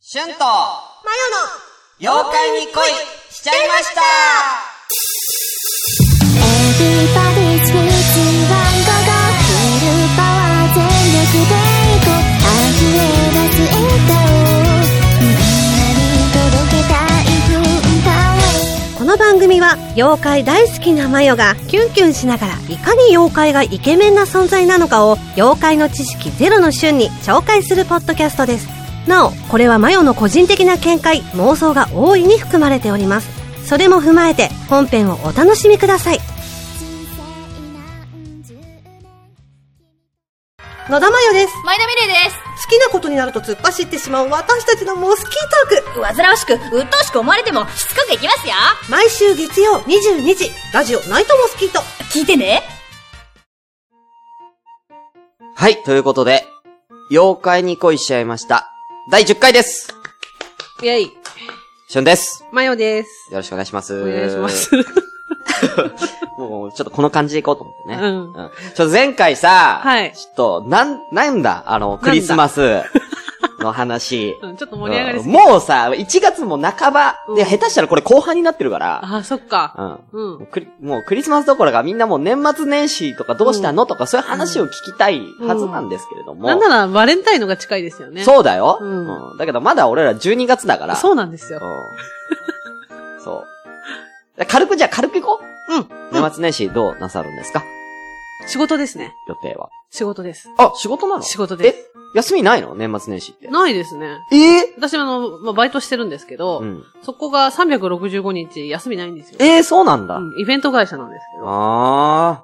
シュンと、マヨの、妖怪に恋しちゃいました Everybody's waiting ワンゴゴフルパワー全力でいこう溢れ出す笑顔をみんなに届けたい文化をこの番組は妖怪大好きなマヨがキュンキュンしながらいかに妖怪がイケメンな存在なのかを妖怪の知識ゼロの瞬に紹介するポッドキャストですなおこれはマヨの個人的な見解妄想が大いに含まれておりますそれも踏まえて本編をお楽しみください野田マヨです前田美玲で好きなことになると突っ走ってしまう私たちのモスキートークす煩わしく鬱陶しく思われてもしつこくいきますよ毎週月曜22時ラジオナイトモスキート聞いてねはい、ということで、妖怪に恋しちゃいました。第10回ですイェイシュンです。マヨですよろしくお願いします。お願いしま。す。 もう、ちょっとこの感じでいこうと思ってね。うんうん。ちょっと前回さ、はいちょっと、なん、なんだあの、クリスマ スの話。うんちょっと盛り上がりすうんぎ。もうさ、1月も半ば、で、うん下手したらこれ後半になってるから、ああ、そっか。うん。うん。クリもうクリスマスどころかみんなもう年末年始とかどうしたのとかそういう話を聞きたいはずなんですけれども。なんならバレンタインのが近いですよね。そうだよ、うんうんだけどまだ俺ら12月だから。そううなんですよ。んそう。 軽くじゃあ軽く行こうん。う。年末年始どうなさるんですか仕事ですね。予定は。仕事です。あ、仕事なの仕事でえ休みないの年末年始って。ないですね。ええ私、あの、まあ、バイトしてるんですけど、うん。そこが365日休みないんですよ。ええそうなんだ。うん、イベント会社なんですけど。あ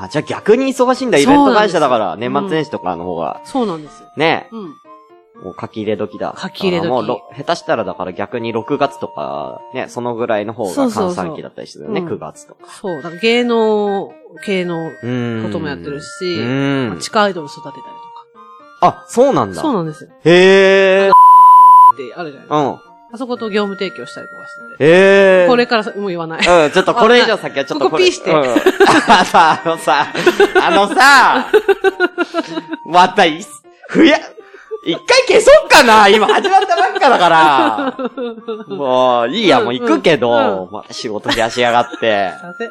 ーあ。じゃあ逆に忙しいんだ。イベント会社だから、年末年始とかの方が。そうなんですよ。ねえ。うん。もう書き入れ時だ。書き入れ時だからもうろ、下手したらだから逆に6月とか、ね、そのぐらいの方そがうそうそ閑う散期だったりしてるよね、うん9月とか。そう。だから芸能系のうーん。こともやってるうしーまあん地。下アイドル育てたりとあ、そうなんか。だ。そうなんですよ。へえ。ってあるじゃないですうか。ん。あそこと業務提携をしたりとかしてて。へえ。これからさもう言わない。うん、ちょっとこれ以上先はちょっとここピーしてうんあさ、あのさ、あのさ、またい、ふや、一回消そうかな今始まったばっかだ から。もう、いいや、もう行くけうんど、また仕事増やしやがって。させ。う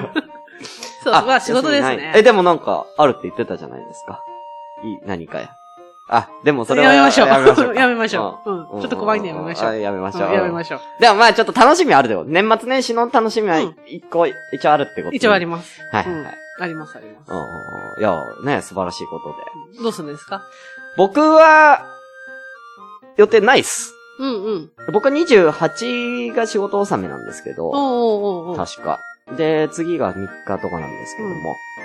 んそう、まあ仕事です休みねな。いえ、でもなんか、あるって言ってたじゃないですか。いい、何かや。あ、でもそれは。やめましょう。やめましょうか。 やめましょう。うんうんちょっと怖いんでやめましょあう。やめましうょんう。やめましょう。でもまあちょっと楽しみはあるだよ。年末年始の楽しみはうん一個、一応あるってこと。一応ありまます。す。はいはいはうい。んあります、あります。うんうんうんいや、ね、素晴らしいことで。どうするんですか僕は、予定ないっす。うんうん。僕は28が仕事納めなんですけど、おうおうおうおう確か。で、次が3日とかなんですけども、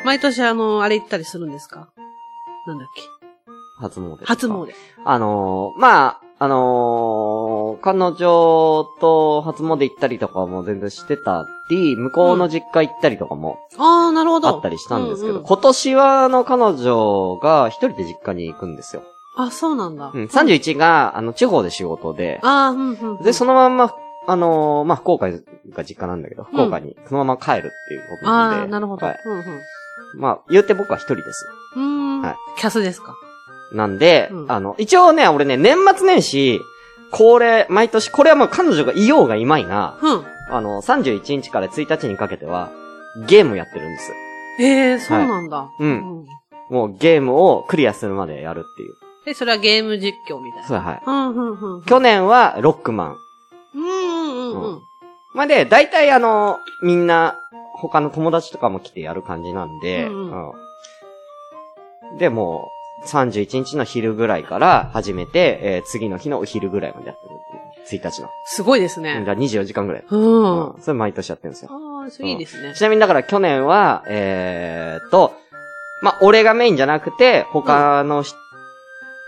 毎年あの、あれ行ったりするんですかなんだっけ初詣ですか。初詣。あのー、まあ、あのー、彼女と初詣行ったりとかも全然してたり、向こうの実家行ったりとかもああ、なるほど。あったりしたんですけど、うう今年はあの彼女が一人で実家に行くんですよ。あ、そうなんだ。うん、31が、あの、地方で仕事で、ああ、うんうんうん。で、そのまんま、あのー、まあ、福岡が実家なんだけど、福岡にそのまま帰るっていうことなんで。ああ、なるほど。はい。うんうんまあ、言うて僕は一人です。うーんはいキャスですかなんで、うんあの、一応ね、俺ね、年末年始、恒例、毎年、これはもう彼女がいようがいまいな、うん。あの、31日から1日にかけては、ゲームやってるんです。ええ、そうなんだ。うん。もうゲームをクリアするまでやるっていう。で、それはゲーム実況みたいな。そう、はい。うんうんうんうん。去年は、ロックマン。うんうんうんうん。まあ、で、大体あの、みんな、他の友達とかも来てやる感じなんで、うんううんで、もう、31日の昼ぐらいから始めて、えー次の日のお昼ぐらいまでやってる。1日の。すごいですだね。から24時間ぐらい。うん。うん。それ毎年やってるんですよ。ああ、そういいですねち。なみにだから去年は、えーっと、まあ、俺がメインじゃなくて、他のひ、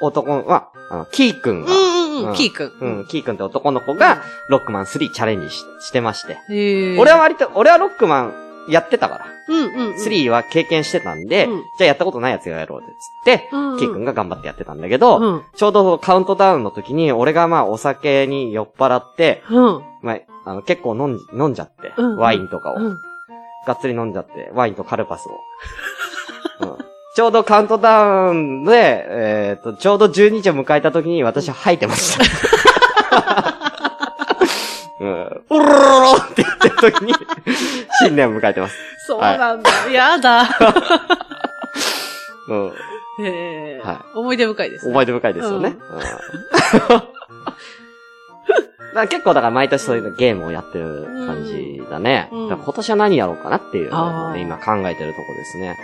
男は、あの、キーくんうが、んうんううんん。キーくん。うん、キーくんって男の子が、ロックマン3チャレンジししてまして。うん。へえ。俺は、割と、俺はロックマンやってたから、うんうんうん。。 3は経験してたんで、うんじゃあやったことないやつやろうって言って、うんうんキーくんが頑張ってやってたんだけど、うん。ちょうどカウントダウンの時に、俺がまあお酒に酔っ払って、うん。まあ、あの、結構飲んじ、飲んじゃって、うんワインとかを、うん。がっつり飲んじゃって、ワインとカルパスを。うんちょうどカウントダウンで、えっ、と、ちょうど12時を迎えた時に私は吐いてました。うん。おろろろろって言ってる時に、新年を迎えてます。そうなんだ。やだ。うん。えーは思い出深いですね。思い出深いですよね。ううんんだから結構だから毎年そういうゲームをやってる感じだね。うんうんだから今年は何やろうかなっていうのあをーね、今考えてるとこですね。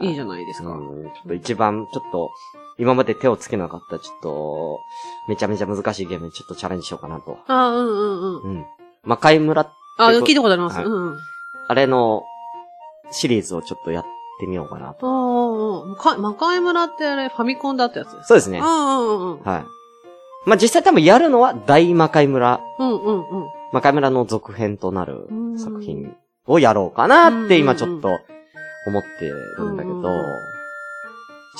いいじゃゃないですか。うん、ちょっと一番ちょっと、今まで手をつけなかったちょっと、めちゃめちゃ難しいゲームにちょっとチャレンジしようかなと。あうんうんうん。うん。魔界村、あ、結構聞いたことあります。はいうん。あれのシリーズをちょっとやってみようかなと。ああ、魔界魔界村ってあれ、ファミコンだったやつです。そうですね。うはい。んうんうんうん。まあ、実際多分やるのは大魔界村うんうんうん。まあ、カメラの続編となる作品をやろうかなって今ちょっと思ってるんだけど、うんちうょんうんっ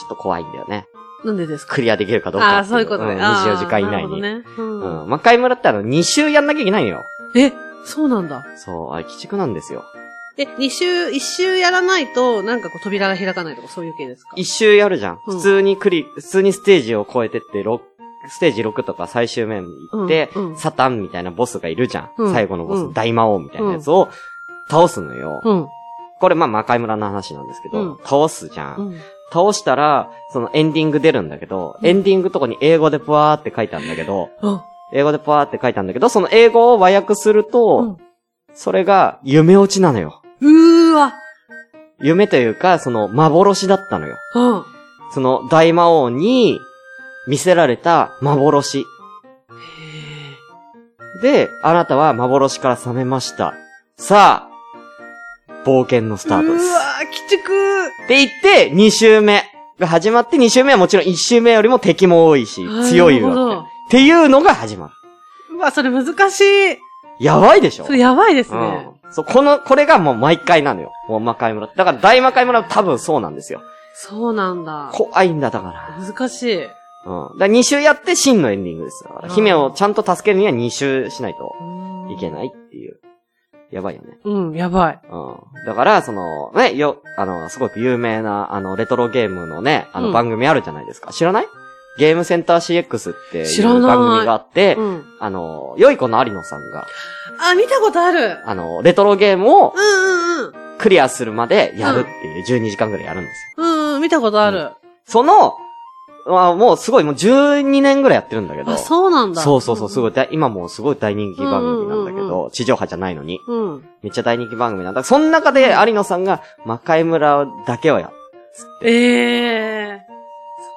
と怖いんだよね。なんでですかクリアできるかどうかって。ああ、そういうことね。んあー24時間以内に。なるほうどね。ん。魔界村ってあの、2周やんなきゃいけないのよ。うん。え、そうなんだ。そう、あれ、鬼畜なんですよ。え、二週、一週やらないと、なんかこう扉が開かないとかそういう系ですか1周やるじゃん。うん普通にクリ、普通にステージを越えてって、ろステージ6とか最終面行って、うんうんサタンみたいなボスがいるじゃん。うん最後のボス、うん大魔王みたいなやつを倒すのよ。うん。これまあ魔界村の話なんですけど、うん倒すじゃんう。ん。倒したら、そのエンディング出るんだけど、うんエンディングとこに英語でぷわーって書いたんだけど、あ、英語でぷわーって書いたんだけど、その英語を和訳するうんと、それが夢落ちなのよ。うーわ。夢というか、その幻だったのよ。うん。その大魔王に見せられた幻。で、あなたは幻から覚めました。さあ、冒険のスタートです。うわー、鬼畜って言って、2周目が始まって、2周目はもちろん1周目よりも敵も多いし、強いなるほわどけ。っていうのが始まる。うわ、それ難しい。やばいでしょそれやばいですね。うん。そう、この、これがもう毎回なのよ。もう魔界村。だから大魔界村は多分そうなんですよ。そうなんだ。怖いんだ、だか難しい。うら。うん。だから2周やって真のエンディングです。だからうん姫をちゃんと助けるには2周しないとーんいけないっていう。やばいよね。うん、やばい。うん。だから、その、ね、よ、あの、すごく有名な、あの、レトロゲームのね、あうのん番組あるじゃないですか。知らないゲームセンター CX ってい知らなうい番組があって、うん。あの、良い子の有野さんが、あ、見たことある。あの、レトロゲームをうんうんうん。クリアするまでやるっていう、12時間ぐらいやるんですよ。うんうん、見たことある。その、まあ、もうすごい、もう12年ぐらいやってるんだけど。あ、そうなんだ。そうそうそう、すごい。い大、今もうすごい大人気番組なんだけうんうんうんど、地上波じゃないのに。うん。めっちゃ大人気番組なんだ。その中で、有野さんが、魔界村だけはやっええー。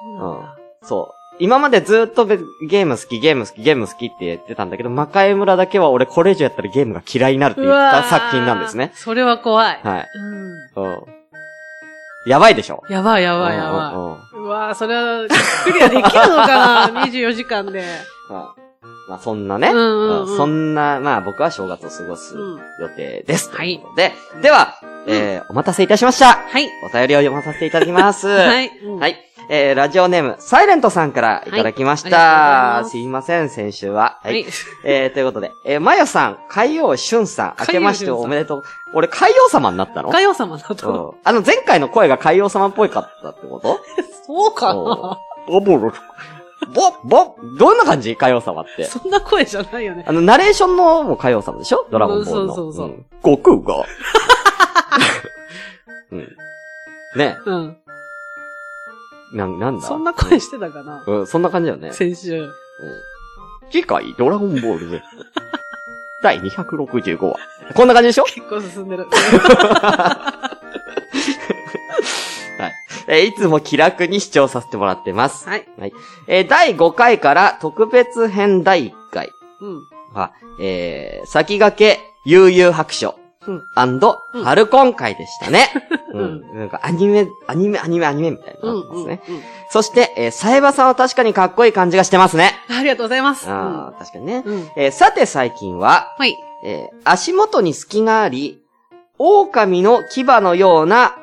そうなんだ。そう。今までずっとべゲーム好き、ゲーム好き、ゲーム好きって言ってたんだけど、魔界村だけは俺これ以上やったらゲームが嫌いになるって言ったー作品なんですね。それ は怖い。はい。ううん。やばいでしょん。やばいやばいやばい。うわーそれは、クリアできるのか な ?24 時間で。い。まあ、まあ、そんなね。うんうんうんそんな、まあ僕は正月を過ごすうん。予定です。はいとうことで、では、えー、お待たせいたしました。はい。お便りを読まさせていただきます。 は。い。。はいい。えー、ラジオネーム、サイレントさんからいただきました。はいありがとうございますすいません、先週は。はい。えー、ということで、えー、まよさん、海洋俊さん、明けまして海洋俊さんおめでとう。俺、海洋様になったのかよ様だと。うんあの、前回の声が海洋様っぽいかったって ことそうかなおおぼろ。ぼ、ぼ、どんな感じ海洋様って。そんな声じゃないよねあ。の、ナレーションのも海洋様でしょドラゴンボールの。そうそうそうん悟空が。 うん。ねうん。え、なん、なんだそんな声してたかなうん、そんな感じだよね。先週。次回、ドラゴンボールで。 第265話。こんな感じでしょ結構進んでる。えーいつも気楽に視聴させてもらってます。はい。えー第5回から特別編第1回うん。は、えー先駆け悠々白書うん。うん春今回でした ね。う。うんなんかアニメ、アニメ、アニメ、アニメみたいにうなっんて。ますうん。うねん。そして、えー、サイバさんは確かにかっこいい感じがしてますね。ありがとうございます。うんああ、確かにね。うん。えーさて最近は、はい。えー足元に隙があり、狼の牙のような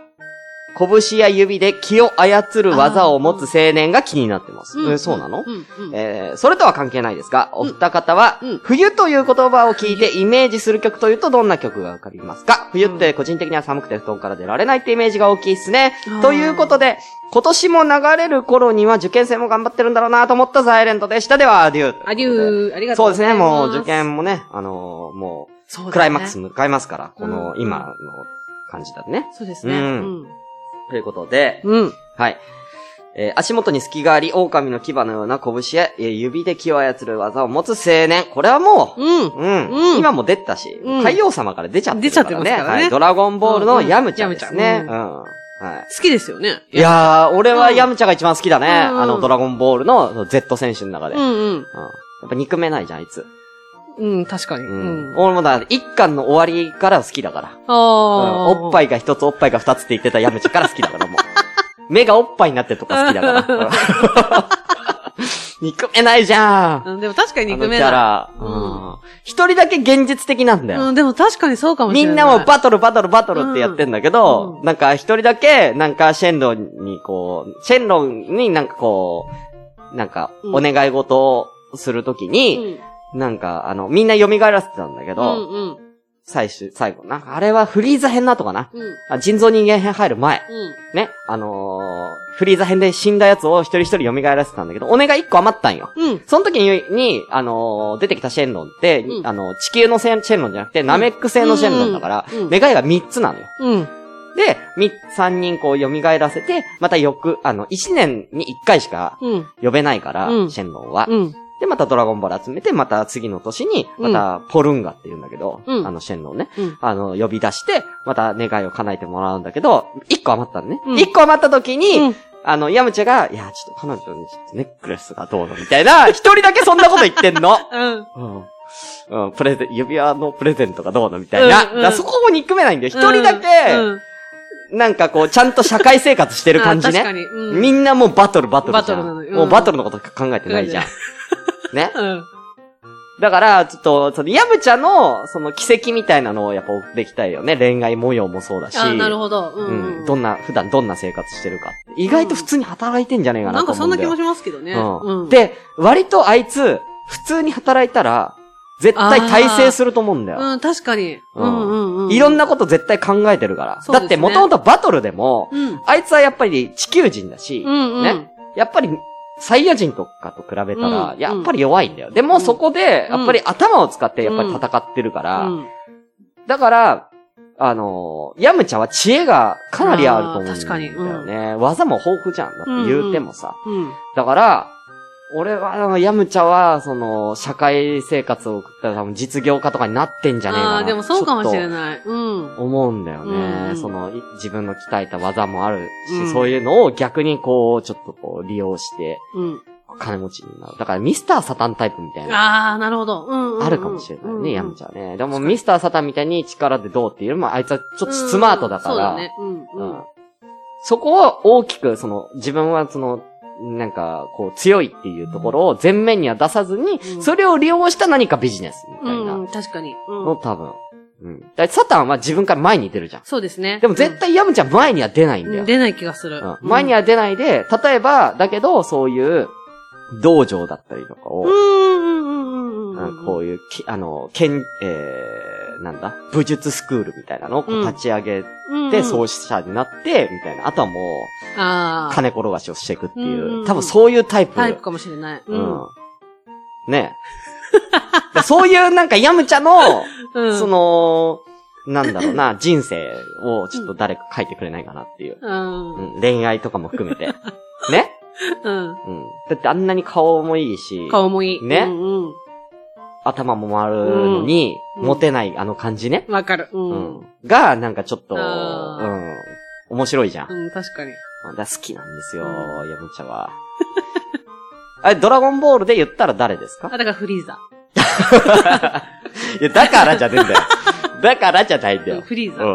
拳や指で気を操る技を持つ青年が気になってます。うんえそうなの、うんうん。えーそれとは関係ないですが、お二方はうんうん、冬という言葉を聞いてイメージする曲というとどんな曲が浮かびますか冬って個人的には寒くて布団から出られないってイメージが大きいっすねあー。ということで、今年も流れる頃には受験生も頑張ってるんだろうなと思ったサイレントでした。では、アデュー。アデュー、ありがそとううごですざね、います。もう受験もね、あのーもそう、うだねクライマックス。迎えますから、このうん今の感じだとね。そうですね。ううんん。ということで、うん。はい。えー足元に隙があり、狼の牙のような拳やえー指で気を操る技を持つ青年。これはもう、うん。うん、うん今も出たし、うん海王様から出ちゃってるからね。出ちゃってますからねはい。ドラゴンボールのヤムチャですね。うんう。うんはい。好きですよね。いやー、俺はヤムチャが一番好きだね。うんあの、ドラゴンボールの Z 選手の中で。ううん。やんっぱ憎めないじゃん、あいつ。うん。うん、確かに。う。うんん。あ俺もだ、一巻の終わりから好きだから。あうん、おっぱい。いが一つ、おっぱいが二つって言ってたヤムチから好きだから、もう。目がおっぱいになってるとか好きだから。憎めないじゃん。うんでも確かに憎あのめキャなラ。ううんん。一人だけ現実的なんだい。よ。うん、でも確かにそうかもしみれない。んなもバトルバトルバトルってやってんだけど、うんなんか一人だけ、なんかシェンロンにこう、シェンロンになんかこう、なんかお願い事をするときうに、んなんかあの、みんな蘇らせてたんだけうど、んうん。最終、最後、なんかあれはフリーザ編なとかな。うん。あ人造人間編入る前。うん。ね、あのー、フリーザ編で死んだやつを一人一人蘇らせてたんだけど、お願い一個余ったんよ。うん。その時に、にあのー出てきたシェンロンって、うんあのー地球のせんシェンロンじゃなくて、ナメック星のシェンロンだから、うんうん願いが3つなのよ。うん。で、み、三人こう蘇らせて、また翌、あの、1年に1回しかうん。呼べないから、うんシェンロンは。うん。で、またドラゴンボール集めて、また次の年に、またポルンガって言うんだけど、うんあの、シェンロンね。うんあの、呼び出して、また願いを叶えてもらうんだけど、一個余ったのね。うん一、個余った時に、うんあの、ヤムチャが、いや、ちょっと彼女にちょっとネックレスがどうのみたいな、 一人だけそんなこと言ってんの。うん。うん。うん、プレゼン、指輪のプレゼントがどうのみたいな。うんうんだからそこも憎めないんだよ。一人だけ、うんなんかこう、ちゃんと社会生活してる感じ あね。確かに。うん。みんなもうバトルバトルじゃん。バトルなのようんもうバトルのこと考えてないじゃん。ね。うん。だから、ちょっと、その、ヤブチャの、その、奇跡みたいなのをやっぱ追っていきたいよね。恋愛模様もそうだし。あ、なるほど。ううんん。どんな、普段どんな生活してるか。意外と普通に働いてんじゃねえかななんとか思そうんんなだ気よ。もしますけどね。う。うんん、で、割とあいつ、普通に働いたら、絶対体制すると思うんだよ。うん、確かに。ううんんうんうん。いろんなこと絶対考えてるから。そうですねだって、もともとバトルでも、うん。あいつはやっぱり地球人だし、うんうん。ね。やっぱり、サイヤ人とかと比べたらう、んやっぱり弱いんだよ。でもそこで、うんやっぱり頭を使って、やっぱり戦ってるから、うんだから、あのーヤムチャは知恵がかなりあると思うんだよね。あー確かに技も豊富じゃん。だって言うてもさ。うん。だから、俺は、あの、ヤムチャは、その、社会生活を送ったら多分実業家とかになってんじゃねえかな。ああー、でもそうかもしれい。ない。うん。思うんだよね。うんうんその、い自分の鍛えた技もあるし、うんそういうのを逆にこう、ちょっとこう、利用して、うん。金持ちになる。だから、ミスターサタンタイプみたいな。ああ、なるほど。うんうんうん。あるかもしれないね、ヤムちチャはね。でも、ミスターサタンみたいに力でどうっていうよりも、あいつはちょっとスマートだから、そうだね。うんううんん。そこを大きく、その、自分はその、なんか、こう、強いっていうところを前面には出さずに、うんそれを利用した何かビジネスみたいうんう、なん確かに。うのん。多分。うん。だからサタンは自分から前に出るじゃん。そうですね。でも絶対ヤムちゃん前には出ないんだうよん、。出ない気がすうるん。前には出ないで、例えば、だけど、そういう、道場だったりとかうんを、うんうんうんううんんこういう、きあの、剣、えー、なんだ、武術スクールみたいなのをこう立ち上げうん。て、う創ん。始者になって、みたいな。あとはもう、ああ。金転がしをしていくってうんうんいうう、ん多分そういうタイプ。タイプかもしれない。ううんん。。ねえ。そういうなんかヤムチャの、うん。その、なんだろうな、人生をちょっと誰か書いてくれないかなっていう。うん。ううん。ん、恋愛とかも含 めて。ねうん。だってあんなに顔もいいし、顔もいい。ねうんうん。頭も回るのに、うんモテないあの感じね。わかる。う。うんうん。。が、なんかちょっと、うあーん。面白いじゃん。確かに。だから好きなんですよ、うヤムチャは。 あれ、ドラゴンボールで言ったら誰ですあ、かだからフリーザ。いや、だからじゃねえんだよ。 だからじゃないんだうんよ。フリーザ。う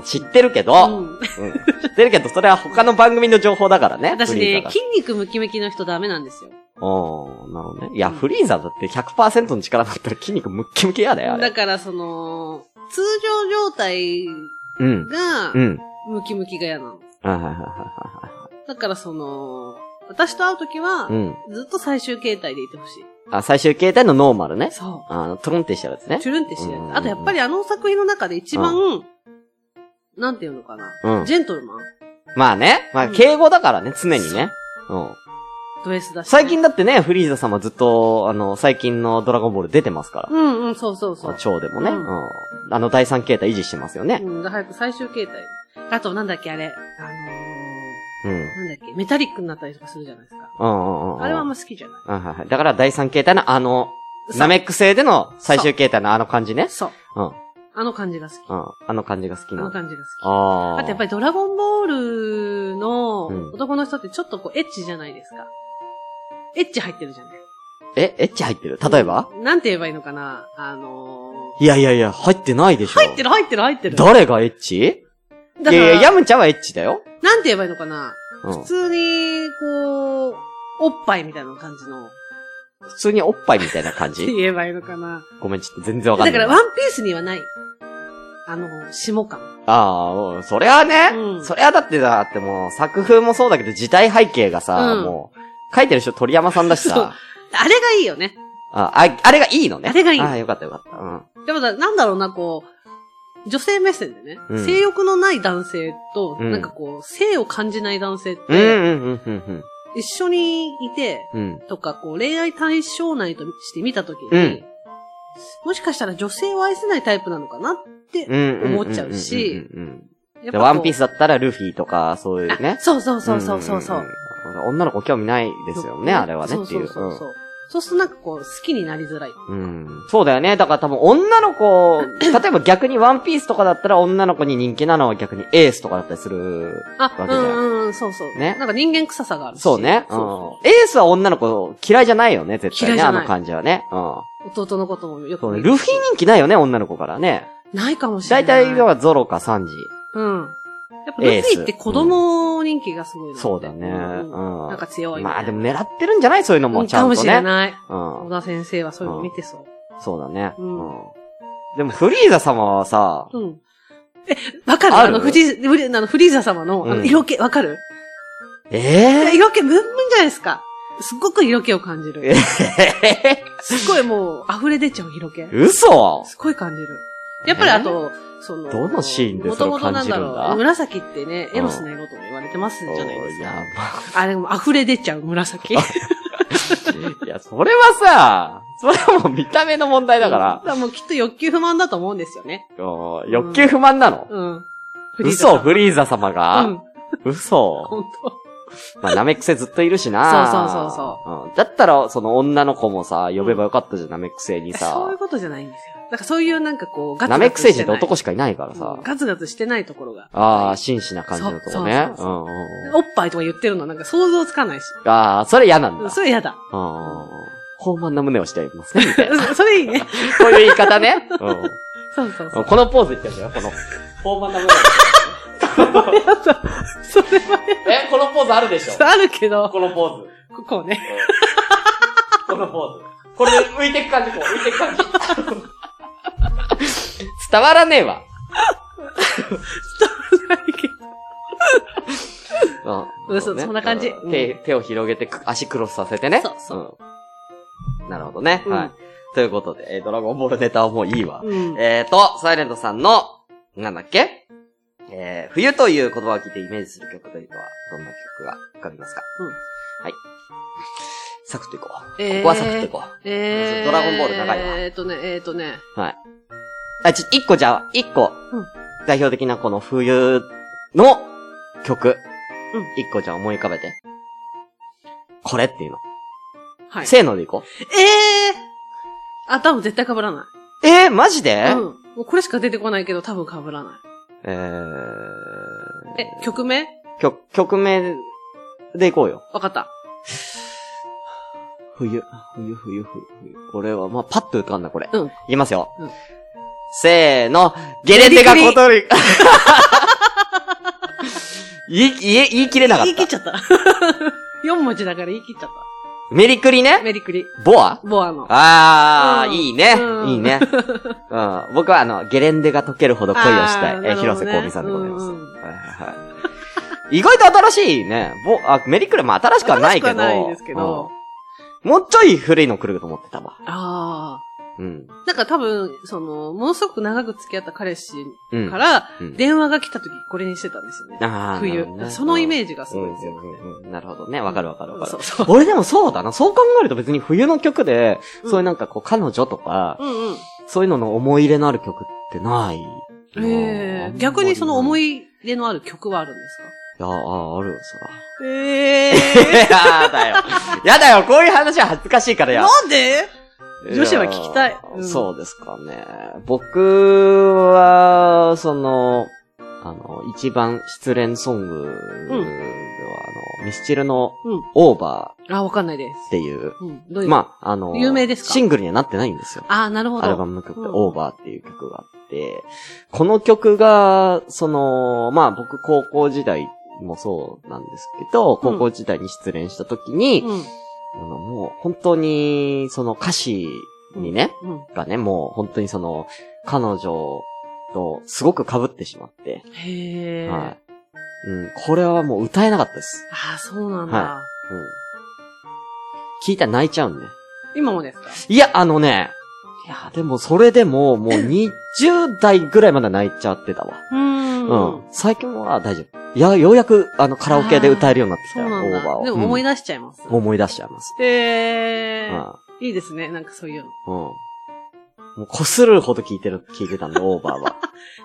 ん。知ってるけど、ん。うん知ってるけど、それは他の番組の情報だからね。私フリーねザ、が筋肉ムキムキの人ダメなんですよ。おーなるほどね。いや、フリーザだって100%の力だったら筋肉ムッキムキやで、あだれ。から、その、通常状態うん。がう、ん。ムキムキが嫌なの。はいはいはいは。だからその、私と会うときはいう、ん。ずっと最終形態でいてほしい。あ、最終形態のノーマルね。そあの、トロンってしちゃうやつう。ねチ。ュルンってしてるやうんつ。あとやっぱりあの作品の中で一番、なんていうのかな。うん。ジェントルマンまあね。まあ、うん敬語だからね、常にね。うん。ド S だし、最近だってね、フリーザ様ずっと、あの、最近のドラゴンボール出てますから。うんうん、そうそうそまあう。超でもね。ううんん。あの、第三形態維持してますよね。うん、早く最終形態。あと、なんだっけ、あれ。あのうん。ー、なんだっけ、メタリックになったりとかするじゃないですか。うんうんうんうん。あれはあんま好きじゃない。うんはいはい。だから第三形態のあの、ナメック星での最終形態のあの感じね。そう。うん。うん。あの感じが好き。ああの感じが好きなのの。感じが好き。ああ。あとやっぱりドラゴンボールのうん男の人ってちょっとこうエッチじゃないですか。エッチ入ってるじゃない。え、エッチ入ってる例えばなんて言えばいいのかなあのいやいやいや、入ってないでしょ。ー、入ってる入ってる入ってる。誰がエッチいやだかいらや、ヤムちゃんはエッチだよ。なんて言えばいいのかなうん。普通に、こう、おっぱいみたいな感じの、っ普通におっぱいみたいな感てじ言えばいいのかなごめん、ちょっと全然わかんなだい。からワンピースにはない。あの、下感。ああ、うんそりゃあね、うんそりゃあだってだってもう作風もそうだけど時代背景がさ、うんもう、書いてる人鳥山さんだしそうさ、あれがいいよね。ああ、あれがいいのね。あれがいいのああ、よかったよかった。うん。でもだ、なんだろうな、こう、女性目線でね、うん性欲のない男性と、うんなんかこう、性を感じない男性って、うんうんうんうん一緒にいて、うん。うん。とか、こう、恋愛対象内として見たときに、うんもしかしたら女性を愛せないタイプなのかなって、うん。思っちゃうんうんしうんうんやっでぱワンピーススだったらルフィとか、そういうね。そうそうそうそうそうそう。んんん女の子興味ないですよね、あれはねそうってい。そううそうそうう。そうするとなんかこう、好きになりづらい。んうんそうだよね。だから多分女の 子、例えば逆にワンピースとかだったら女の子に人気なのは逆にエースとかだったりするあ、わうけじゃんんうん、そうそう。ねなんか人間臭さがあるし。そうね。うん。エースは女の子嫌いじゃないよね、絶対嫌いね。じあゃないの感じはね。うん。弟のこともよくそうね。見ルるフィ人気ないよね、女の子からね。ないかもしれ大ない。体はゾロかサンジ。うん。やっぱルフィって子供人気がすごいなってそうだね。うん。んなんか強い。まあでも狙ってるんじゃないそういうのうもん、ちゃかんもとしれね。ない。うん小。田先生はそういうの見てそそうだね。ううんん。でもフリーザ様はさ、う。うん。え、わかるああるの、フリー、フリあのフリーザ様の、あうの、ん色気、わかる え色気ムンムンじゃないですか。すっごく色気を感じえる。すごいもう、溢れ出ちゃう色気。嘘すごい感じる。やっぱりあと、その、どのシーンでそれを元々な感んじるんだろう紫ってね、うんエロスの色とも言われてますじゃないですやか。あれも溢れ出ちゃう 紫。ばいや、それはさ、それはもう見た目の問題だから、らもうきっと欲求不満だと思うんですよね。うん欲求不満なの。うん。嘘、フリリーザ様ー。うがん、嘘。本まあ、ナメック星ずっといるしな。そうそうそうそう。ん、だったら、その女の子もさ、呼べばよかったじゃん、ナメック星に当。そういうさ。ことじゃないんですよ。だからそういうなんかこう、ガツガツしてない。ナメック星人って男しかいないからさ。うんガツガツしてないところが。ああ、真摯な感じのとこね。そううそううんうんんおっぱいとか言ってるのなんか想像つかないし。ああ、それ嫌なんだ。うんそれ嫌だ。豊満な胸をしていますね。みたいなそれいい ね。こういう言い方 ね。うんそうそうそう。このポーズ言ってんだよ、この。豊満な胸を それはねえ、このポーズあるでしょあるけど、このポーズ。ここうね。このポーズ。これ、浮いてく感じ、こう、浮いてく感じ。伝わらねえわ。ううんそうそんな感じうん手、手を広げてく、足クロスさせてね。そうそううんなるほどね。うんはい。ということで、えードラゴンボールネタはもういいわ。うん。えーと、サイレントさんの、なんだっけえー、冬という言葉を聞いてイメージする曲というのは、どんな曲が浮かびますかうんはい。サクッといこう。えーここはサクッといこえー、ドラゴンボール長いわえーっとね、えーっとね、う。はい。あ、ちょ、一個じゃあ、一個、うん代表的なこの冬の曲。うん一個じゃあ思い浮かべて。これっていうの。はい。せーのでいこえーあ、多分絶対被らなう。えー、マジでい。うん。もうこれしか出てこないけど多分被らなえい。ー、え、曲名曲、曲名でいこうよ。わかった。冬、冬、冬、冬、冬。これは、まあ、パッと浮かんだ、これ。うんいきますよ。うんせーの、ゲレンデがゲリ小グリ鳥。 言い、言え、言い切れなかっ。言い切ったちゃった。4文字だから言い切っちゃっメリクリた。ねメリクリ。ボアボアの。あー、うんいいね、うんいい ね。うん。僕はあの、ゲレンデが溶けるほど恋をしたいあ。ーえー、なるほ広瀬どね香美さんでございます。うんうんはいはいはい意外と新しいね。ぼ、あ、メリークレも新しくはないけど。新しくはないですけど。うんもうちょい古いの来ると思ってたわ。ああ。うん。なんか多分、その、ものすごく長く付き合った彼氏うん。かあらうん、電話が来た時これにしてたんですよね。あーな冬るほどね。そのイメジージがすごいですよ。なるほどね。わかるわかるわかそるう。そう。俺でもそうだな。そう考えると別に冬の曲で、うんそういうなんかこう彼女とか、うんうん。そういうのの思い入れのある曲ってない。ええ逆にその思い。いい出のある曲はあるんですかや、あ、あるよ、そら。ええ やだよ。やだよ、こういう話は恥ずかしいからや。なんで女子は聞きたいやーうんそうですかね。僕は、その、あの、一番失恋ソングは、うんあの、ミスチルのうんオーバーあ、わかんないですっ。ていう、うん。どういうまあ、あの、有名ですかシングルにはなってないんですよ。ああ、なるほど。アルバムの曲で、うんオーバーっていう曲があって、この曲が、その、まあ僕高校時代もそうなんですけど、高校時代に失恋した時に、うん。あのもう本当に、その歌詞にね、うん。がね、もう本当にその、彼女とすごく被ってしまって、へえ。はあい。うん、これはもう歌えなかったです。あ、そうなんだ。うん。聞いたら泣いちゃうんで。今もですかいや、あのね、いや、でもそれでももう20代ぐらいまで泣いちゃってたわ。うーんうん。最近は大丈夫。いや、ようやくあのカラオケで歌えるようになってきそたうよ、なオーんバーだ。を。でも思い出、出しちゃいます。うん、思い出しちゃいます。へうえん。。いいですね。なんかそういうの。うん。もう、こするほど聞いてる、聞いてたんで、オーバー は。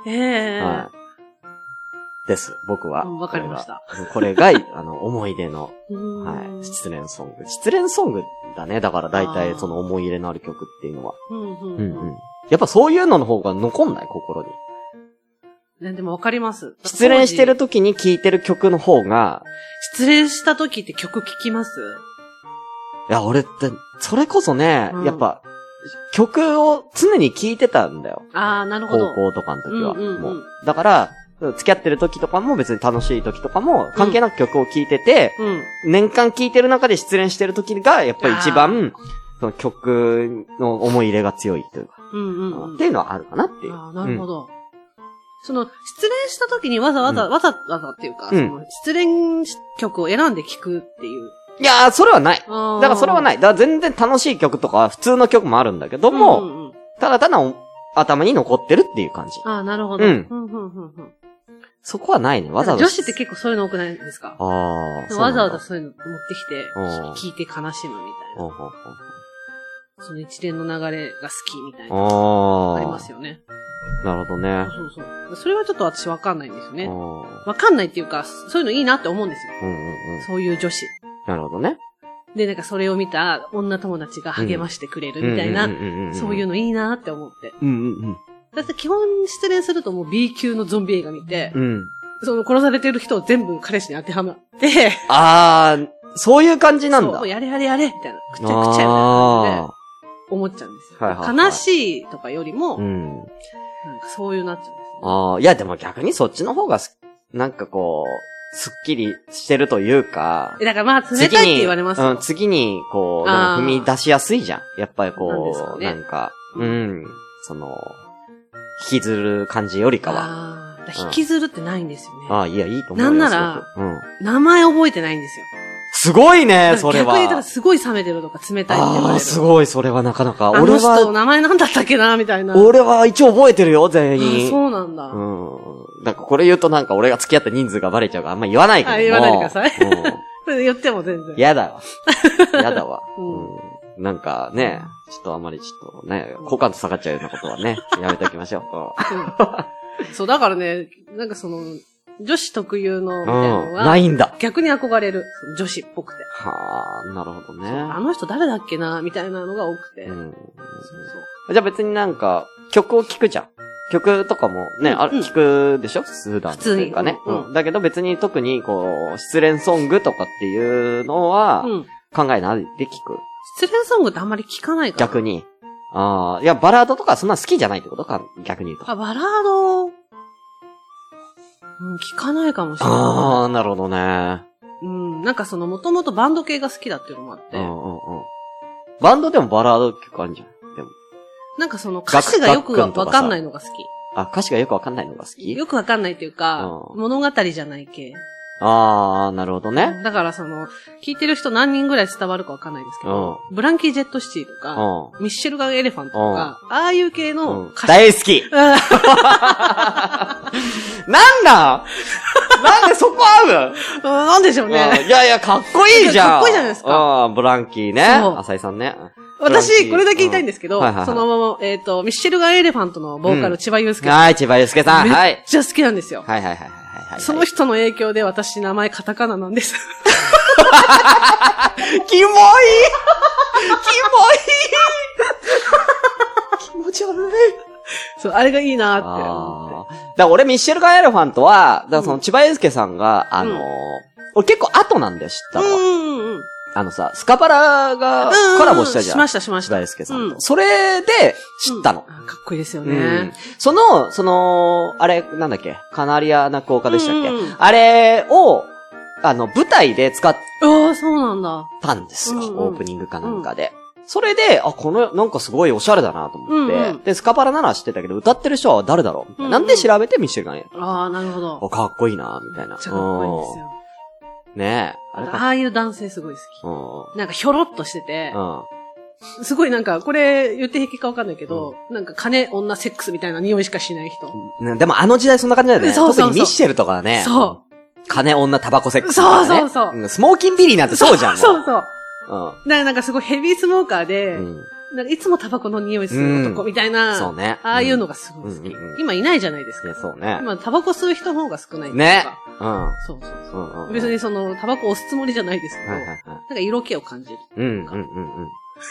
へえ。はい。です、僕は。うんわかりましたこれが。これが、あの、思い出の、うーんはい、失恋ソング。失恋ソングだね。だから大あ体ーその思い入れのある曲っていうのは。うんうんううんんうん。やっぱそういうのの方が残んない心に。ねでもわかります。失恋してる。時に聴いてる曲の方が、失恋した時って曲聴きますいや、俺って、それこそね、うんやっぱ、曲を常に聴いてたんだよ。ああ、なるほど高。校とかの時は。うんうんうんもう。だから、付き合ってる時とかも別に楽しい時とかも関係なく曲を聴いてて、うん。年間聴いてる中で失恋してる時が、やっぱり一番、その曲の思い入れが強いというか、うんうんうんっ。ていうのはあるかなっていう。ああ、なるほど。ど。その、失恋した時にわざわざ、うわざわざっていうか、うんその失恋曲を選んで聴くっていう。いやー、それはない。だ。だからそれはないい。だから全然楽しい曲とか、普通の曲もあるんだけども、うんうんうんただただお頭に残ってるっていう感じ。ああ、なるほど。うんうんうんうんうんそこはないね。わざわざ。女子って結構そういうの多くないですかああ。わざわざそうそういうの持ってきてうん、聞いて悲しむみたなんだ。いな。ほうほうその一連の流れが好きみたいな。ほうありあますよね。あ。なるほどそねう。そう。それはちょっと私わかんないんですようね。んわかんないっていうか、そういうのいいなって思うんですよ。うんうんうん。そういう女子。なるほどね。で、なんかそれを見た女友達が励ましてくれるみたいな、そういうの。のいいなって思って。うんうんだって基本失恋するともう B 級のゾンビ映画見てう、ん。うん。その殺されてる人を全部彼氏に当てはまって、あー、そういう感じなんそうもだ。うやれやれやれみたいな、くちゃくちゃみたいなあ感じで思っちゃうんですよ。はいはいはい悲しいとかよりも、ー。うん。なんかそういうなっちゃうんですよね。あー、いやでも逆にそっちの方がす、なんかこう、すっきりしてるというかえ、だからまあ冷たいって言われますよ。うん、次に、こう、なんか踏み出しやすいじゃん。やっぱりなんこですかう、ねなんか、うん、その、引きずる感じよりかは。あーだから引きずるってないんですよね。ああ、いや、いいと思うよ。なんならすごくうん。名前覚えてないんですよ。すごいね、だかそられ逆は。に言ったらすごい冷めてるとか冷たいって言あわれあ、る。すごい、それはなかなか。あ俺の人、は、名前なんだったっけなみたいな。俺は一応覚えてるよ、全あ員。そうなんだ。うん。なんかこれ言うとなんか俺が付き合った人数がバレちゃうからあんま言わないけども。あ言わないでくださういんそれ言っても全 然。や だわ。やだわ。ううん。なんかね、ちょっとあんまりちょっとね、好感度下がっちゃうようなことはね、やめておきま しょう。うんそう、だからね、なんかその、女子特有の、みうたいなのん。は、ないんだ。逆に憧れる。その女子っぽくて。はあ、なるほどね。あの人誰だっけなみたいなのが多くて。うん。そうじゃあ別になんか、曲を聴くじゃん。曲とかもね、うんあれ、うん聴くでしょ普段。普通にというかね。うんうんうんだけど別に特にこう、失恋ソングとかっていうのはそう。、うん。考えないで聴く。失恋ソングってあんまり聞かないから。逆に。ああ、いや、バラードとかそんな好きじゃないってことか、逆に言うと。あ、バラード、うん、聞かないかもしれあなあ、なるほどね。い。うん、なんかその、もともとバンド系が好きだっていうのもあってう、んうんうん。バンドでもバラード曲あるじゃん。でも。なんかその歌詞がよくガわックンとかさかんないのが好き。あ、歌詞がよくわかんないのが好きよくわかんないっていうか、うん物語じゃない系。あー、なるほどね。だからその、聞いてる人何人ぐらい伝わるかわかんないですけど、ブランキー・ジェット・シティとうか、ん。ミッシェルガン・エレファントとか、ああいう系の歌詞。大好きなん だなんでそこ合う うんなんでしょうね。うんいやいや、かっこいいじゃんかっこいいじゃないですかうん、ブランキーね。そう浅井さんね。私、これだけ言いたいんですけど、うんはいはいはいそのまま、えっ、と、ミッシェルガン・エレファントのボーカうんル、千葉祐介さん、はい、千葉祐介さん。はめっい。ちゃ好きなんですよ。はいはいはいはいはいはい。その人の影響で私、名前カタカナなんです。 キモいキモい気持ち悪い。そう、あれがいいなーってあ思あ。だから俺、ミッシェルガン・エレファントは、だからその千葉祐介さんが、あのーうん俺結構後なんだよ、知ったっのて。は。うんうんうん。あのさ、スカパラがコラボしたじゃん。しました、しまし千葉た。祐介さんと。うんそれで、知ったの。あかっこいいですようねん。その、その、あれ、なんだっけ、カナリアな効果でしたっけ、うんうんあれを、あの、舞台で使っああ、そうなんだ。たんですよ、うんうんオープニングかなんかで。それで、あ、この、なんかすごいオシャレだなと思って、うんうんで、スカパラなら知ってたけど、歌ってる人は誰だろうみたいな。うんなうんんで調べてミシェルガンやああ、なるほど。あ、かっこいいなみたいな。めっちゃかっこいいんですよ。うんねえ。あれかああいう男性すごい好うき。んなんかひょろっとしてて、うん。すごいなんか、これ言って平気かわかんないけど、なんか金、女、セックスみたいな匂いしかしない人。ねでもあの時代そんな感じだよね。そうそうそう特にミッシェルとかはね。。そう金、女、タバコ、セックスとかね。そうそうそうんスモーキンビリーなんてそうじゃん。。そううそう。ななんかすごいヘビースモーカーで、ん。うん。なんかいつもタバコの匂いする男みたいな、そうね。ああいうのが。がすごい好き。うんうんうん今いないじゃないですいか。や、そうね。今タバコ吸う人の方が少ないっていうかね。うん。そうそうそうう。んうんうん。別にその、タバコ押すつもりじゃないですけど、はいはいなはんい。か色気を感じる。うん、うん、うん、うん。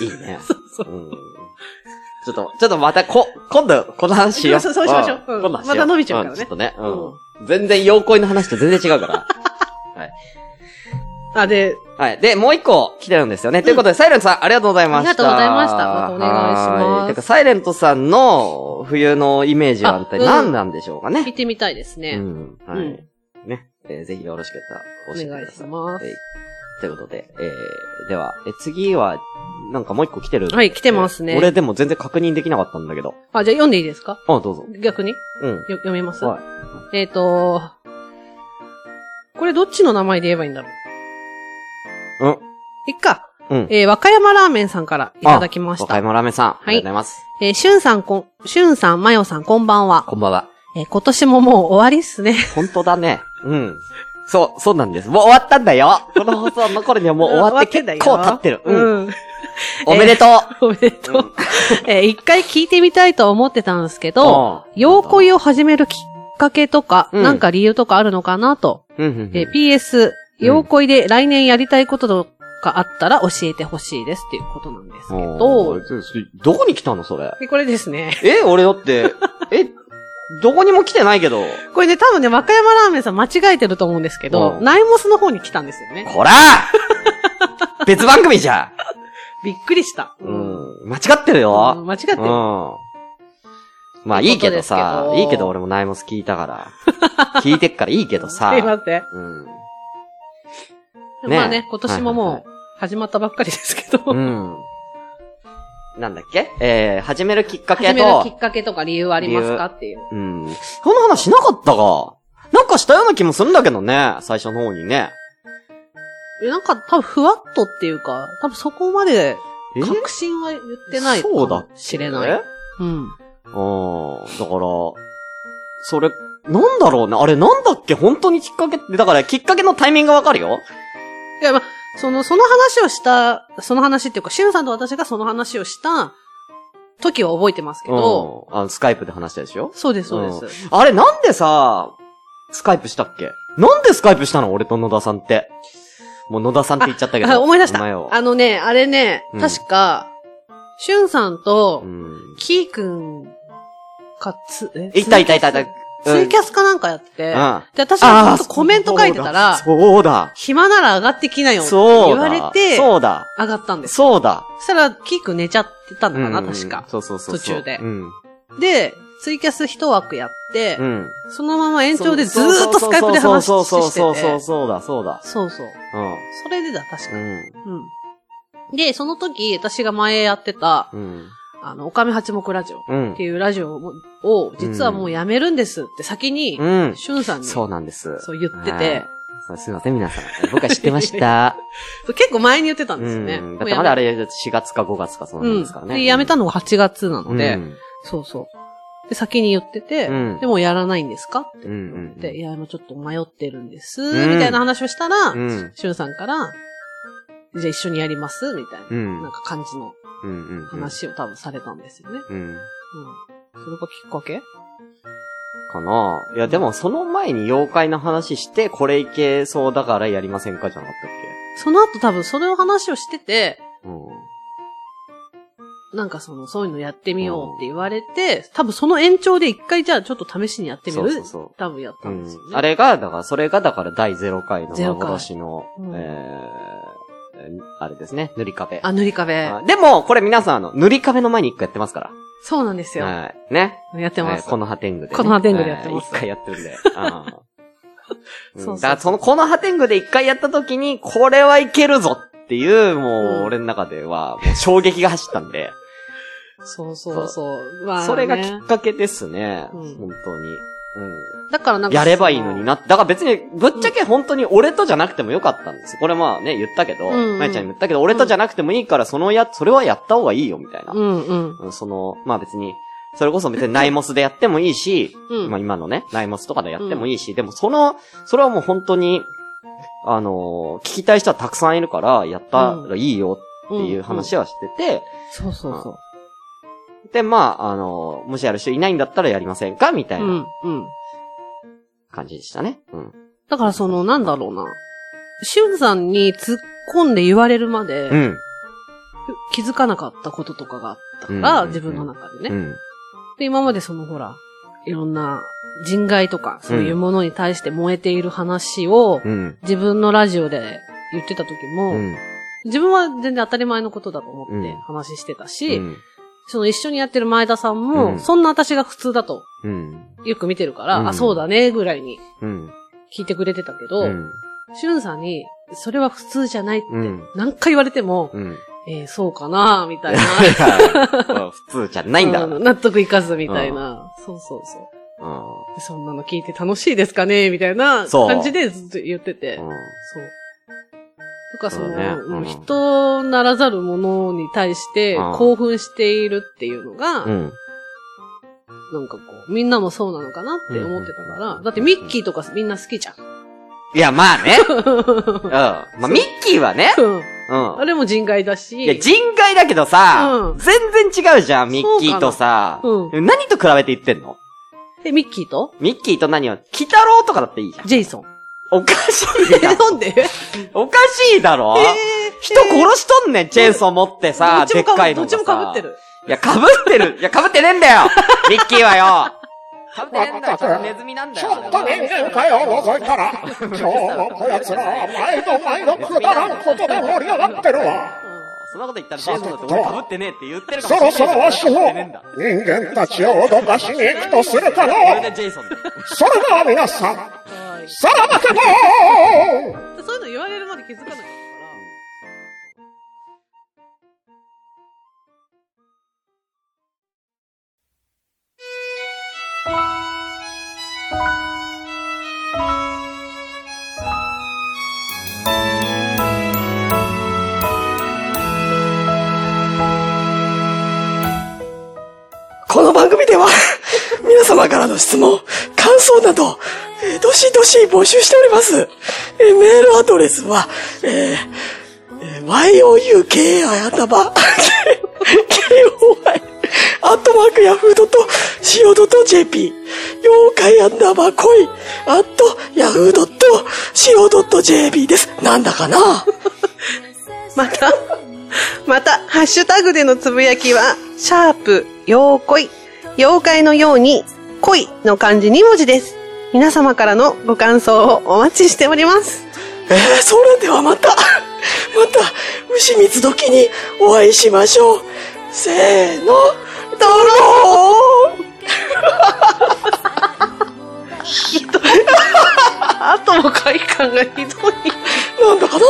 いいね。そううんうんうん。ちょっと、ちょっとまた、こ、今度、この話しよう。そうそうしましょううん今度はよまた伸びちゃうからねんちょっとね。うん。全然、妖恋の話と全然違うから。あ、で、はい。で、もう一個来てるんですよね。ということで、サイレントさん、ありがとうございました。ありがとうございましたまたお願いしますはてか、サイレントさんの冬のイメージは一体あう何んなんでしょうか聞ね。いてみたいですうね。ん。はうい。ね。えーぜひよろしけたら、教えてください。お願いしますえいということで、えーでは、え、次は、なんかもう一個来てる。はい来てますね俺でも全然確認できなかったんだけど。あ、じゃあ読んでいいですかあ、どうぞ。逆にようん。読みます、はい。えっ、ー、と、これどっちの名前で言えばいいんだろううん。いっか。うん。えー、和歌山ラーメンさんからいただきましあ岡た。山ラーメンさん。ありがとうございます。えー、しゅんさんこん、しゅんさん、まよさん、こんばんは。こんばんは。えー、今年ももう終わりっすね。本当だね。うん。そう、そうなんです。もう終わったんだよ。この放送の頃にはもう終わってんだよ結構経ってる。うん。うん。おめでとう。おめでとう。えー、一回聞いてみたいと思ってたんですけど、うん洋恋を始めるきっかけとか、うんなんか理由とかあるのかなと。うんうんうんえー、PS、洋恋で来年やりたいこととかあったら教えてほしいですっていうことなんですけうどん、そうそうどこに来たのそれ。でこれですね。え、俺だって、え、どこにも来てないけど。これね、多分ね、和歌山ラーメンさん間違えてると思うんですけど、うんナイモスの方に来たんですよね。こ ら別番組じゃびっくりした。ん。うん。間違ってるよ。うん間違ってるうん。まあいいけどというさこ、とですけどいいけど俺もナイモス聞いたから。聞いてっからいいけどさ す。いません。うん。ねえまあね、今年もはいはいもう始まったばっかりですけど、 うん。なんだっけえー、始めるきっかけ始めるきとっ、かけとか理由ありますか理っていう。うん。そんな話しなかったか。なんかしたような気もするんだけどね、最初の方にね。えなんか多分ふわっとっていうか、多分そこまでえ確信は言ってないかそうだっもけしれない。うん。ああ、だから、それ、なんだろうね。あれなんだっけ本当にきっかけって、だからきっかけのタイミングがわかるよ。いや、まあ、その、その話をした、その話っていうか、しゅんさんと私がその話をした時は覚えてますけど、うん。あの、スカイプで話したでしょそうです、そうです。あれなんでさ、スカイプしたっけなんでスカイプしたの俺と野田さんって。もう野田さんって言っちゃったけあど。思い出しおた。前をあのね、あれねう、ん確か、しゅんさんとう、ん。きーくん、かつ、えいたいたいたいた。ツイキャャスかなんかやってて、うん。で、私あがあちょっとコメント書いてたら、そうだ。暇なら上がってきなよってそう言だ。われて、そうだ。上がったんです。そうだ。そしたら、キーくん寝ちゃってたのかな、うんうん確か。そうそうそうそう。途中でうん。で、ツイキャス一枠やって、うん。そのまま延長でずーっとスカイプで話そうしそうてて。そうそう、そうだ、そうだ。そうそう。うそれでだ、確かに。ん。うん。で、その時、私が前やってた、うん。あの、おかめ八目ラジオっうんて。いうラジオを、を実はもうやめるんですって先に、うん。しゅんさんに、そうなんです。そう言ってはいて、そうすいません、皆さん。僕は知ってました。 そう結構前に言ってたんですよね。うん。だってまだあれ、れ、4月か5月か、その辺うんですからね。で、やめたのが8月なうのんで、うんそうそう。で、先に言ってて、うんでもうやらないんですかうんうん。って、いや、今ちょっと迷ってるんです、うんみたいな話をしたらう、ん。しゅんさんから、じゃあ一緒にやりますみたいな、うんなんか感じのうんうん。。話を多分されたんですよね。うん。うん。それがきっかけかないや、でもその前に妖怪の話して、これいけそうだからやりませんかじゃなかったっその後多分それを話をしてて、けうん。なんかその、そういうのやってみようって言われて、多分その延長で一回じゃあちょっと試しにやってみるそうそうそう多分やったうんですよね。ん。あれが、だから、それがだから第0回のゼロ回幻の、うんえー、あれですね、塗り壁。あ、塗り壁。あでも、これ皆さん、あの、塗り壁の前に一回やってますかそうなんですら。よ。はい。ね。やってます。はいこの破天狗で、ね。この破天狗でやってますはい一回やってるん で。あーうんそうそうだからその、この破天狗で一回やった時に、これはいけるぞっていう、もうう、ん俺の中では、もう衝撃が走ったんで、そうそうそう。 まあねそれがきっかけですね。うん本当に。だからなうんん。か。やればいいのにな。だから別に、ぶっちゃけ本当に俺とじゃなくてもよかったんです。これまあね、言ったけど、うんうんま、や、ちゃんにも言ったけど、俺とじゃなくてもいいから、そのや、それはやった方がいいよ、みたいな。うんうん。うんその、まあ別に、それこそ別にナイモスでやってもいいし、うんまあ今のね、ナイモスとかでやってもいいし、でもその、それはもう本当に、あのー聞きたい人はたくさんいるから、やったらいいよっていう話はしてて、そうそうそ。で、まあ、あのーもしやる人いないんだったらやりませんかみたいううなんうん。感じでしたね。うん。だからその、なんだろうな。しゅんさんに突っ込んで言われるまで、うん。気づかなかったこととかがあったから、うん自分の中でね、うん。で、今までそのほら、いろんな人外とか、そういうものに対して燃えている話を、うん。自分のラジオで言ってた時うも、ん。自分は全然当たり前のことだと思っうてん話してたうし、ん。その一緒にやってる前田さんも、うんそんな私が普通だとうん。よく見てるから、うんあ、そうだね、ぐらいにうん。聞いてくれてたけうど、ん。しゅんさんに、それは普通じゃないってうん何回言われても、うん。えーそうかなみたいな。い や普通じゃ ないんだ。ううん。納得いかずみたいな。そうそうそう。でそんなの聞いて楽しいですかねみたいなそう感じでずっと言ってて。そう。うんだからその、そうだねうんうん人ならざるものに対してうん興奮しているっていうのが、うん。なんかこう、みんなもそうなのかなって思ってたから、だってミッキーとかみんな好きじゃん。いや、まあね。うん。まあ、ミッキーはね。うんうんあ。れも人外だし。いや、人外だけどさう、ん全然違うじゃん、ミッキーとさ。そうか何と比べて言ってんのえ、ミッキーとミッキーと何を、キタロウとかだっていいじゃん。ジェイソン。おかしいえ、だろ。 なんでおかしいだろ人殺しとんねん、チェーンソー持ってさ、どでっっちもかかぶいどのっがちさ。もかぶって。る。いや、かぶってる。いや、かぶってねえん だよ。ミッキーはよ。かぶってねえんだよ。ちょっとネズミなんだちよ。ょっと人間界を覗いたら、今日もこやつらは毎度毎度くだらんことで盛り上がってるわ。そんなこと言ったらチェーンソーだって俺かぶってねえって言ってるかそもしれなろいじそゃん。ろわしかぶもってねえんだ人間たちを脅かしに行くとするかのこれでジェイソンだよ。それでは皆さん、さらばけぼーそういうの言われるまで気づかなかったから。この番組では、皆様からの質問、感想など、えーどしどし募集しております。えーメールアドレスは、えーえー youka あやたば、koy、アットマークヤフードと CO.jp、妖怪アンダーバー恋、アットヤフードと CO.jp です。なんだかなまた、また、ハッシュタグでのつぶやきは、シャープ、ようこい、妖怪のように、恋の漢字2文字です。皆様からのご感想をお待ちしており ます。えー、それではまた、また、牛三つ時にお会いしましょう。せーの、ドローンあとも快感がひどい。なんだかな